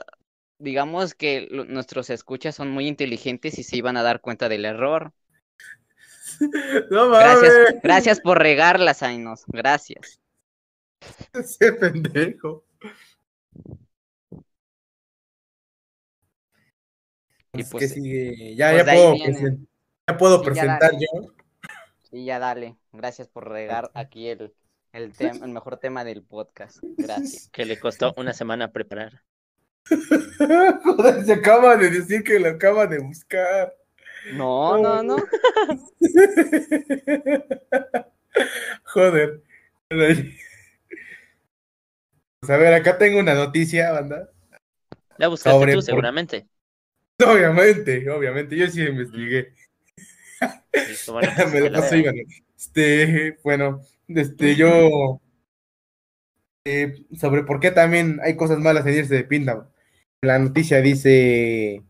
S1: digamos que lo- nuestros escuchas son muy inteligentes y se iban a dar cuenta del error.
S3: No mames.
S1: Gracias, gracias por regarlas, Ainos, gracias.
S3: Ese pendejo.
S1: Y
S3: Pues,
S1: pues,
S3: ¿qué
S1: eh,
S3: sigue? Ya,
S1: pues
S3: ya
S1: de ahí
S3: puedo
S1: viene.
S3: presen- ya puedo
S1: Sí, ya
S3: presentar
S1: dale.
S3: yo.
S1: Y ya dale, gracias por regar aquí el, el, tem- el mejor tema del podcast. Gracias.
S2: Que le costó una semana preparar.
S3: Joder, se acaba de decir que lo acaba de buscar.
S1: No, no,
S3: Oh.
S1: no.
S3: Joder. Pues a ver, acá tengo una noticia, banda.
S2: La buscaste
S3: Sobre
S2: tú,
S3: por-
S2: seguramente.
S3: Obviamente, obviamente, yo sí investigué.
S2: Listo, bueno, pues,
S3: Me
S2: que
S3: la
S2: la
S3: paso
S2: vea.
S3: Iván. Este, bueno, este, yo eh, sobre por qué también hay cosas malas en irse de pinta. La noticia dice: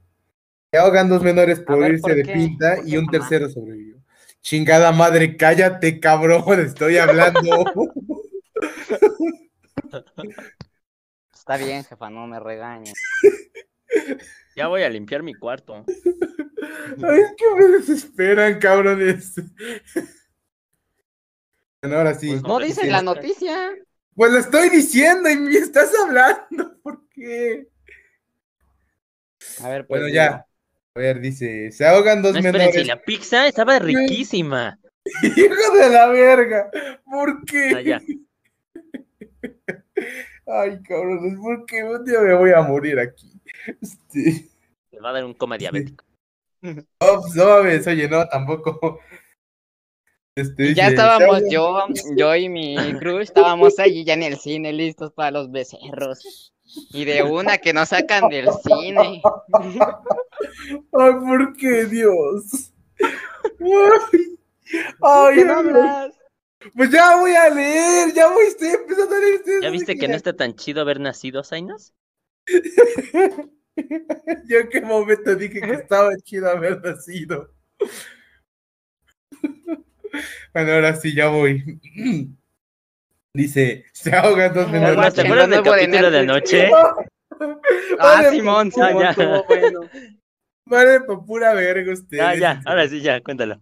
S3: se ahogan dos menores por
S1: ver,
S3: irse
S1: ¿por
S3: de
S1: qué?
S3: pinta
S1: ¿Por
S3: y
S1: qué,
S3: un
S1: mamá?
S3: tercero sobrevivió. Chingada madre, cállate, cabrón, estoy hablando.
S1: Está bien, jefa, no me regañes.
S2: Ya voy a limpiar mi cuarto.
S3: Ay, es que me desesperan, cabrones. Bueno, ahora sí.
S2: Pues
S1: No dices la noticia.
S3: Pues lo estoy diciendo y me estás hablando. ¿Por qué?
S1: A ver, pues.
S3: Bueno,
S1: digo.
S3: ya. eh, A ver, dice, se ahogan dos
S2: No, espérense,
S3: menores.
S2: la pizza estaba riquísima.
S3: Hijo de la verga. ¿Por qué?
S2: Ah, ya.
S3: Ay, cabrones, ¿por qué un día me voy a morir aquí? Este,
S2: Le va a dar un coma diabético.
S3: no, pues, no mames, oye, no, tampoco. Este,
S1: Ya
S3: dice,
S1: estábamos
S3: se ahogan-
S1: yo, yo y mi crush, estábamos allí ya en el cine listos para los becerros. Y de una que nos sacan del cine.
S3: Ay, ¿por qué, Dios? Ay, ay,
S1: ¿Qué
S3: Dios.
S1: hablas?
S3: Pues ya voy a leer, ya voy, estoy empezando a leer. ustedes
S2: ¿Ya
S3: no sé
S2: viste que
S3: qué-
S2: no está tan chido haber nacido, Zainas?
S3: Yo en qué momento dije que estaba chido haber nacido. Bueno, ahora sí, ya voy. Dice, se ahogan dos
S1: No,
S3: menores.
S1: macho,
S2: ¿Te acuerdas del
S1: no puede
S2: capítulo de
S1: ser.
S2: anoche?
S1: Ah, Simón,
S2: Ah,
S1: Simón,
S2: ya.
S1: estuvo bueno.
S3: pues, Vale, por pura verga ustedes.
S2: Ah, ya, ahora sí, ya, cuéntalo.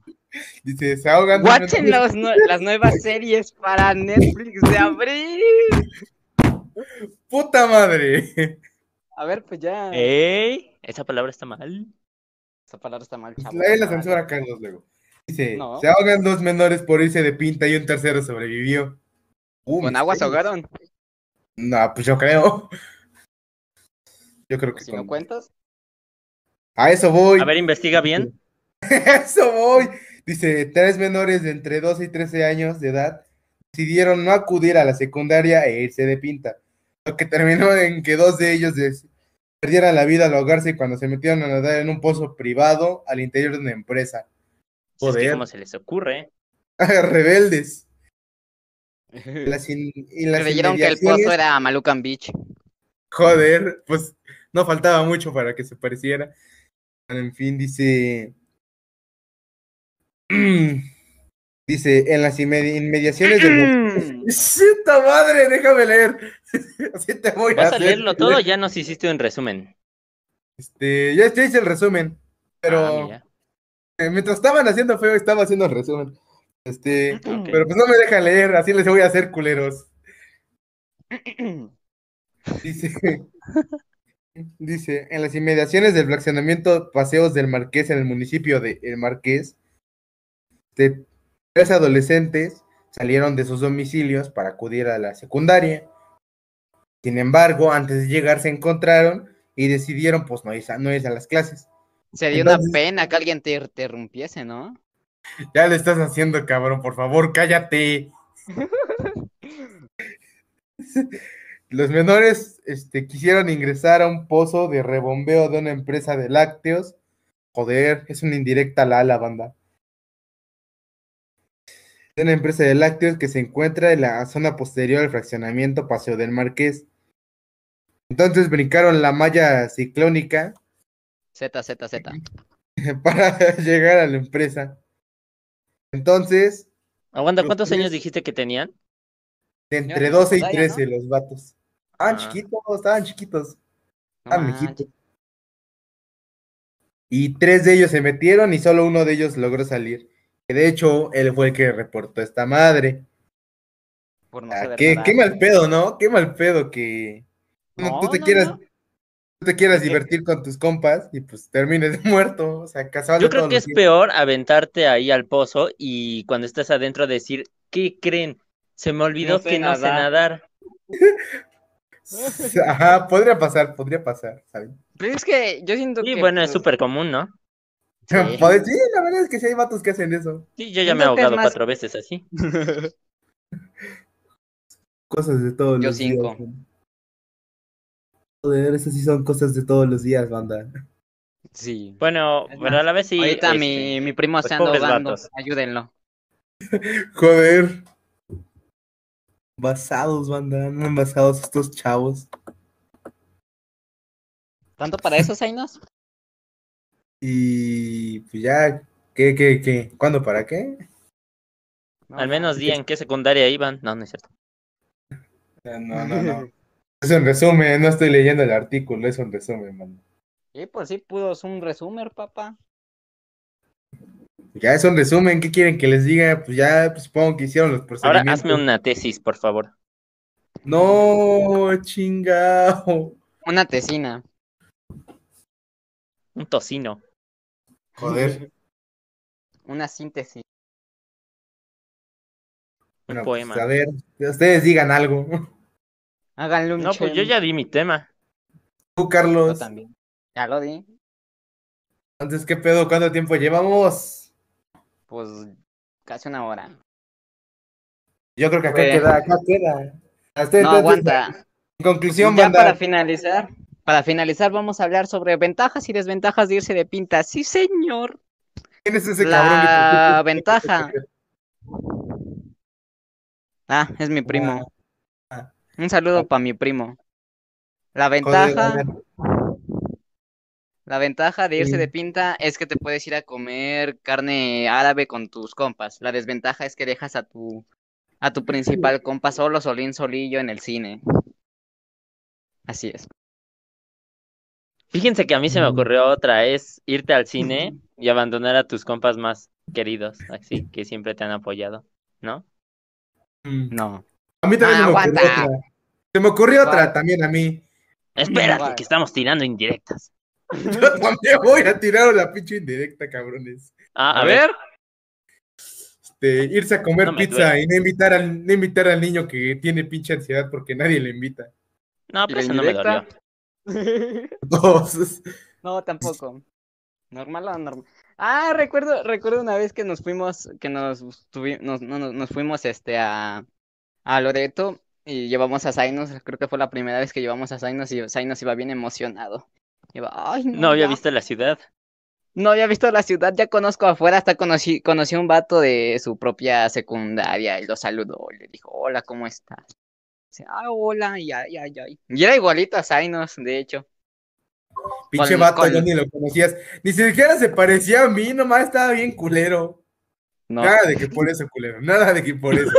S3: Dice, se ahogan dos
S1: Watchen
S3: menores.
S1: los nue- las nuevas series para Netflix de abril.
S3: ¡Puta madre!
S1: A ver, pues ya.
S2: Eh. ¡Ey! Esa palabra está mal.
S1: Esa palabra está mal, chavo.
S3: La la censura, Carlos, luego. Dice,
S1: Ah, No.
S3: se ahogan dos menores por irse de pinta y un tercero sobrevivió. Uh,
S1: Con agua se
S3: misterio.
S1: ahogaron.
S3: No, pues yo creo. Yo creo que
S1: Pues Si no
S3: con-
S1: cuentas.
S3: A eso voy.
S2: A ver, investiga bien.
S3: A eso voy. Dice, tres menores de entre 12 y 13 años de edad decidieron no acudir a la secundaria e irse de pinta, lo que terminó en que dos de ellos des- perdieran la vida al ahogarse cuando se metieron a nadar en un pozo privado al interior de una empresa.
S2: Si es que
S3: Joder.
S2: ¿Cómo se les ocurre?
S3: Rebeldes. Las in- y las
S1: Creyeron que el
S3: inmediaciones-
S1: pozo era Malucan Beach.
S3: Joder, pues no faltaba mucho para que se pareciera. Pero, en fin, dice. dice, en las inme- inmediaciones del. ¡Sita madre! Déjame leer. Así te voy
S2: ¿Vas a
S3: hacer
S2: leerlo todo? Ya nos hiciste un resumen.
S3: Este, ya ya hice el resumen.
S2: Ah,
S3: Pero
S2: mira.
S3: eh, mientras estaban haciendo feo, estaba haciendo el resumen. Este,
S2: Ok.
S3: pero pues no me dejan leer, así les voy a hacer culeros. Dice, dice, en las inmediaciones del fraccionamiento Paseos del Marqués en el municipio de El Marqués, de tres adolescentes salieron de sus domicilios para acudir a la secundaria. Sin embargo, antes de llegar se encontraron y decidieron pues no irse a, no irse a las clases.
S1: Sería una
S3: Entonces-
S1: pena que alguien te interrumpiese, ¿no?
S3: Ya le estás haciendo, cabrón, por favor, cállate. Los menores este, quisieron ingresar a un pozo de rebombeo de una empresa de lácteos. Joder, es una indirecta a la, a la banda. De una empresa de lácteos que se encuentra en la zona posterior del fraccionamiento Paseo del Marqués. Entonces brincaron la malla ciclónica
S1: Z, Z, Z.
S3: para llegar a la empresa. Entonces,
S2: Aguanta,
S3: Los
S2: ¿cuántos
S3: tres.
S2: años dijiste que tenían?
S3: De
S1: Ya
S3: entre
S1: no,
S3: 12 y
S1: ya no.
S3: 13 los vatos. Estaban
S2: Ah.
S3: chiquitos, estaban chiquitos.
S1: No
S3: Estaban
S1: manches.
S3: mijitos. Y tres de ellos se metieron y solo uno de ellos logró salir. Que de hecho, él fue el que reportó esta madre.
S1: Por no
S3: Ah,
S1: saber
S3: qué,
S1: nadar.
S3: qué mal pedo, ¿no? Qué mal pedo que no,
S2: No,
S3: tú te
S2: no,
S3: quieras,
S2: no.
S3: tú te quieras
S2: Que-
S3: divertir con tus compas y pues termines muerto. O sea, casado.
S2: Yo creo que es peor aventarte ahí al pozo y cuando estás adentro decir, ¿qué creen? Se me olvidó
S1: No sé
S2: que no sé
S1: nadar".
S2: nadar.
S3: Ajá, podría pasar, podría pasar, ¿sabes?
S1: Pero es que yo siento
S2: Y
S1: que.
S2: bueno, es
S1: pues,
S2: súper común, ¿no?
S1: Sí.
S3: Poder- Sí, la verdad es que sí hay vatos que hacen eso.
S2: Sí, yo ya me he
S1: Siento que es
S2: ahogado
S1: más-
S2: cuatro veces así.
S3: Cosas de todos
S1: Yo
S3: los
S1: cinco.
S3: días. man. Joder, esas sí son cosas de todos los días, banda.
S1: Sí.
S2: Bueno,
S1: Es
S2: pero a la vez sí.
S1: Ahorita
S2: este,
S1: mi, mi primo
S2: pues,
S1: se anda
S2: pobres
S1: ahogando.
S2: vatos.
S1: Ayúdenlo.
S3: Joder. Basados, banda. Andan basados estos chavos.
S1: ¿Tanto para esos Zainos?
S3: Y pues ya, ¿qué, qué, qué? ¿Cuándo para qué?
S1: No,
S2: Al menos
S1: no.
S2: di en qué secundaria iban. No, no es cierto.
S3: Eh, No, no, no. Es un resumen, no estoy leyendo el artículo, es un resumen, man.
S1: Sí, pues sí, pudo ser un resumen, papá.
S3: Ya es un resumen, ¿qué quieren que les diga? Pues ya pues, supongo que hicieron los
S2: Ahora
S3: procedimientos.
S2: hazme una tesis, por favor.
S3: No, chingao.
S1: Una tesina.
S2: Un tocino.
S3: Joder.
S1: Una síntesis.
S2: Un
S3: Bueno, pues,
S2: poema.
S3: a ver, ustedes digan algo.
S1: Háganle un
S2: no, pues yo
S1: chem.
S2: ya di mi tema.
S3: Tú,
S1: Yo
S3: Carlos.
S1: también. Ya lo di.
S3: Entonces, ¿qué pedo? ¿Cuánto tiempo llevamos?
S1: Pues casi una hora.
S3: Yo creo que acá
S1: Bueno.
S3: queda, acá queda. Hasta
S1: No
S3: entonces,
S1: aguanta.
S3: En conclusión,
S1: ya
S3: banda,
S1: para finalizar, para finalizar vamos a hablar sobre ventajas y desventajas de irse de pinta. Sí, señor.
S3: ¿quién es ese
S1: La
S3: cabrón? que- Este,
S1: ventaja. Ah, es mi primo.
S3: Ah.
S1: Un saludo para mi primo. La
S3: Joder,
S1: ventaja,
S3: a ver,
S1: la ventaja de irse
S3: Sí.
S1: de pinta es que te puedes ir a comer carne árabe con tus compas. La desventaja es que dejas a tu a tu principal compa solo, solín, solillo en el cine. Así es.
S2: Fíjense que a mí se me
S3: Mm.
S2: ocurrió otra, es irte al cine y abandonar a tus compas más queridos, así que siempre te han apoyado, ¿no?
S3: mm,
S1: No.
S3: A mí también se
S1: Ah,
S3: me ocurrió
S1: aguanta.
S3: otra. Se me ocurrió
S1: Vale.
S3: otra también a mí.
S2: Espérate,
S1: Vale.
S2: que estamos tirando indirectas.
S3: Yo también voy a tirar la pinche indirecta, cabrones.
S2: Ah, a, ver.
S3: Este, irse a comer
S2: No me
S3: pizza
S2: duele.
S3: y no invitar, al, no invitar al niño que tiene pinche ansiedad porque nadie le invita.
S2: No,
S1: ¿Y
S2: pero
S1: la
S2: eso no me dolió.
S1: indirecta?
S3: Dos.
S1: No, tampoco. Normal o normal. Ah, recuerdo, recuerdo una vez que nos fuimos, que nos tuvi- nos, no, no, nos fuimos este a, a Loreto y llevamos a Zainos, creo que fue la primera vez que llevamos a Zainos y Zainos iba bien emocionado. Iba, "Ay, no,
S2: No había
S1: ya-
S2: visto la ciudad.
S1: no había visto la ciudad, ya conozco afuera, hasta conocí, conocí a un vato de su propia secundaria y lo saludó, y le dijo, hola, ¿cómo estás? Dice, ah, hola, y ay, ay, ay. Y era igualito a Zainos, de hecho.
S3: Pinche
S1: Con-
S3: vato,
S1: con-
S3: yo ni lo conocías. Ni siquiera se parecía a mí, nomás estaba bien culero.
S1: No.
S3: Nada de que por eso, culero. Nada de que por eso.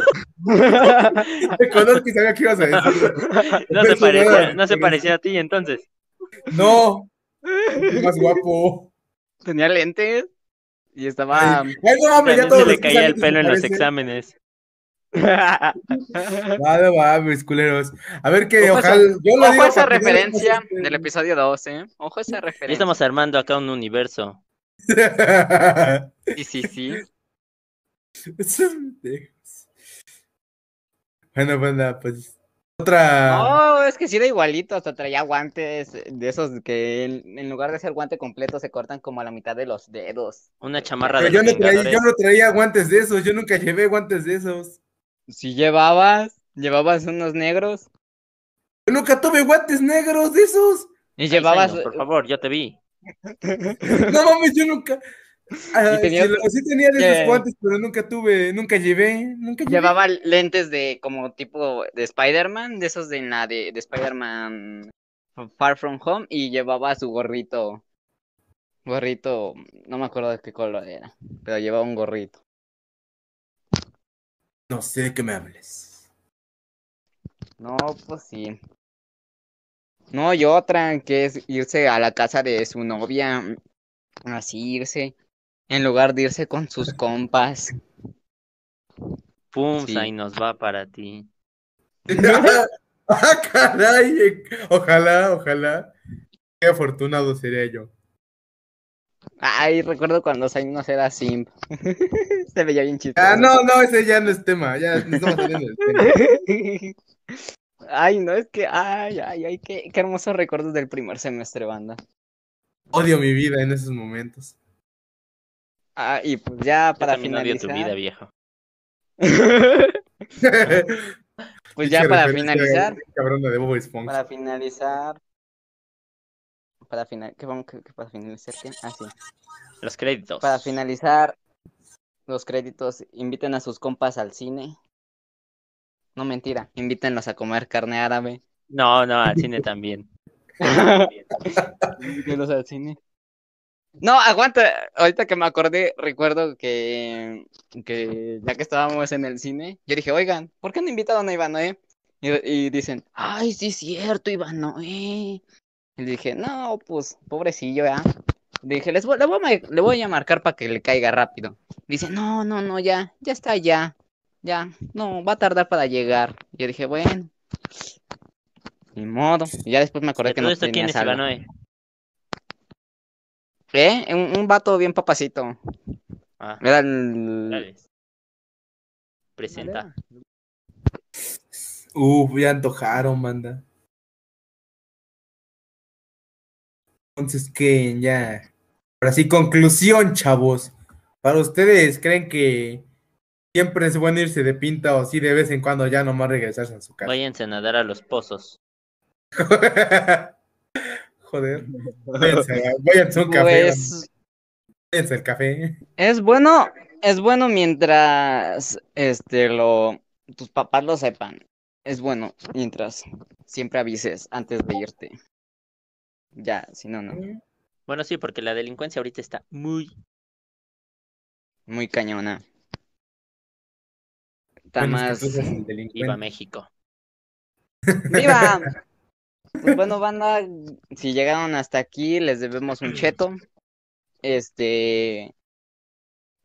S3: Te conozco y sabía que ibas a decir.
S2: No se
S3: Eso
S2: parecía,
S3: nada.
S2: no se parecía a ti entonces.
S3: No, más guapo.
S1: Tenía lentes y estaba.
S3: Ay, ay, no mames, ya
S2: También
S3: todos
S2: se le
S3: los que
S2: caía el
S3: salen
S2: pelo en los
S3: desaparecen.
S2: exámenes.
S3: Nada, mames, culeros. A ver que
S1: Ojo esa-
S3: ojalá. Yo lo
S1: Ojo
S3: digo
S1: a
S3: porque
S1: esa
S3: no lo
S1: referencia
S3: conoces,
S1: del episodio 12, ¿eh? Ojo a esa
S2: Ya
S1: referencia.
S2: estamos armando acá un universo.
S1: Sí, sí, sí.
S3: Esos pendejos. bueno, banda, pues. Otra.
S1: No, es que sí era igualito, hasta traía guantes de esos que en, en lugar de ser guante completo se cortan como a la mitad de los dedos.
S2: Una chamarra
S3: Pero
S2: de
S3: yo
S2: los
S3: no, traía,
S2: Vengadores.
S3: yo no traía guantes de esos. Yo nunca llevé guantes de esos.
S1: Si llevabas, llevabas unos negros
S3: Yo nunca tuve guantes negros de esos.
S1: y
S2: Ay, Zaino,
S1: llevabas.
S2: Por favor, yo te vi.
S3: No mames, yo nunca. Ah,
S1: Y tenías-
S3: sí, lo- sí tenía de esos
S1: ¿Qué?
S3: guantes, pero nunca tuve, nunca llevé, nunca llevé.
S1: Llevaba lentes de como tipo de Spider-Man, de esos de en la de, de Spider-Man Far From Home, y llevaba su gorrito. Gorrito, no me acuerdo de qué color era, pero llevaba un gorrito.
S3: No sé de qué me hables.
S1: No, pues sí. No, y otra que es irse a la casa de su novia, así irse, en lugar de irse con sus compas.
S2: Pum,
S1: Sí.
S2: ahí nos va para ti.
S3: ah, caray. eh, Ojalá, ojalá. Qué afortunado sería yo.
S1: Ay, recuerdo cuando Sainz era simp. Se veía bien chistoso.
S3: Ah, no, no, ese ya no es tema. Ya no estamos saliendo del tema.
S1: Ay, no, es que, ay, ay, ay, qué, qué hermosos recuerdos del primer semestre, banda.
S3: Odio mi vida en esos momentos.
S1: Ah, y pues ya
S2: Para
S1: para
S2: también odio tu
S1: finalizar.
S2: vida, viejo.
S1: pues ya
S3: Pinche
S1: para
S3: referencia,
S1: finalizar,
S3: Cabrona de Bob Esponja.
S1: para finalizar. Para final, ¿qué vamos, qué- qué para finalizar? ¿Qué? Ah, sí.
S2: Los créditos.
S1: Para finalizar los créditos, inviten a sus compas al cine. No mentira, invítenlos a comer carne árabe.
S2: No, no, al cine también.
S1: Invítenlos al cine. No, aguanta. Ahorita que me acordé, recuerdo que, que ya que estábamos en el cine, yo dije, oigan, ¿por qué no invitaron a Iván, eh? Y, y dicen, ay, sí es cierto, Iván, no, eh. Y dije, no, pues, pobrecillo, ya. Dije, les voy, le, voy a, ma- le voy a marcar para que le caiga rápido. Dice, no, no, no, ya, ya está ya. Ya, no, va a tardar para llegar. Yo dije, bueno, ni modo. Y ya después me acordé
S2: ¿De
S1: que
S2: todo
S1: no
S2: esto quién
S1: tenía
S2: es
S1: saldo.
S2: Ivanoe?
S1: ¿Eh? Un, un vato bien papacito.
S2: Ah,
S1: Era el...
S2: tal vez. Presenta.
S3: Uf, ya antojaron, banda. Entonces, ¿qué? Ya. Ahora sí, conclusión, chavos. Para ustedes, ¿creen que siempre es bueno irse de pinta o sí de vez en cuando ya nomás regresarse a su casa?
S2: Váyanse a nadar a los pozos.
S3: Joder. Váyanse, a- váyanse a un café.
S1: Pues...
S3: Váyanse al café.
S1: Es bueno, es bueno mientras este lo tus papás lo sepan. Es bueno mientras siempre avises antes de irte. Ya, si no, no.
S2: Bueno, sí, porque la delincuencia ahorita está muy...
S1: Muy cañona. Está
S3: Bueno, es que pues, tú eres
S1: más.
S3: el delincuente.
S2: Viva México.
S1: ¡Viva! Pues bueno, banda, si llegaron hasta aquí, les debemos un cheto. Este.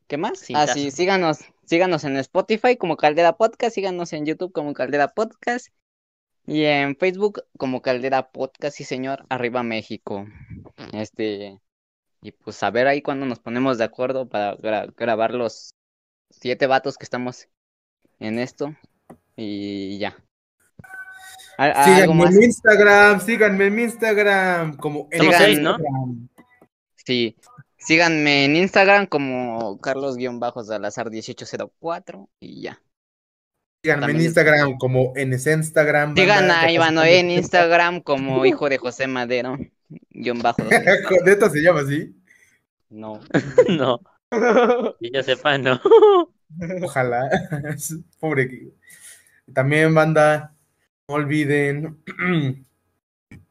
S1: ¿Qué más?
S2: Cintazo.
S1: Ah, sí, síganos. Síganos en Spotify como Caldera Podcast, síganos en YouTube como Caldera Podcast y en Facebook como Caldera Podcast y señor Arriba México. Este. Y pues a ver ahí cuando nos ponemos de acuerdo para gra- grabar los siete vatos que estamos en esto. Y ya. ¿Al- ¿Algo
S3: Síganme
S1: más?
S3: en Instagram, síganme en Instagram. Como
S2: Somos
S1: Digan-
S2: seis, ¿no?
S1: Sí. Síganme en Instagram como Carlos-Salazar1804 y ya.
S3: Síganme en
S1: También-
S3: Instagram como en ese Instagram. banda.
S1: Sigan a Ivanoe en
S3: De-
S1: Instagram como hijo de José Madero. Guión bajo.
S3: Neta se llama así.
S1: No.
S2: No, que yo sepa, no.
S3: Ojalá. Pobre. que- También, banda, no olviden. No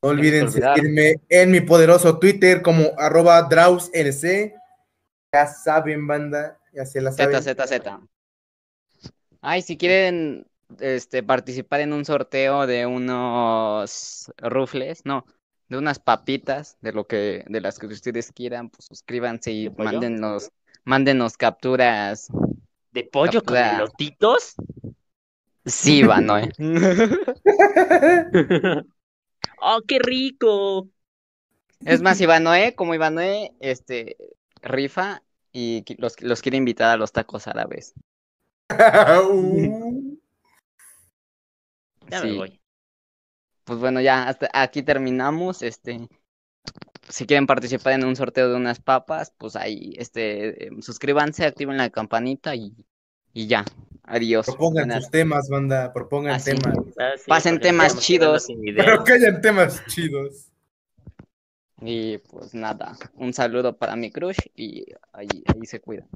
S3: olviden
S1: olvidar.
S3: seguirme en mi poderoso Twitter como arroba drausnc. Ya saben, banda. Ya se la saben.
S1: Z, Z, Z. Ay, si quieren este, participar en un sorteo de unos rufles, no, de unas papitas, de lo que, de las que ustedes quieran, pues suscríbanse y
S2: pollo?
S1: mándenos, mándenos capturas.
S2: ¿De pollo con
S1: Captura.
S2: elotitos?
S1: Sí, Ivanoe.
S2: ¡Oh, qué rico!
S1: Es más, Ivanoe, como Ivanoe, este, rifa y qui- los, los quiere invitar a los tacos árabes.
S3: Uh,
S2: Ya me
S1: Sí.
S2: voy.
S1: Pues bueno, ya hasta aquí terminamos. Este, si quieren participar en un sorteo de unas papas, pues ahí, este, eh, suscríbanse, activen la campanita y, y ya. Adiós.
S3: propongan
S1: Buenas-
S3: sus temas, banda. Propongan
S1: Así.
S3: temas.
S2: Ah, sí,
S1: Pasen
S2: porque
S1: temas
S2: estamos quedando
S1: chidos.
S2: sin ideas.
S3: Pero que hayan temas chidos.
S1: Y pues nada, un saludo para mi crush y ahí, ahí se cuidan.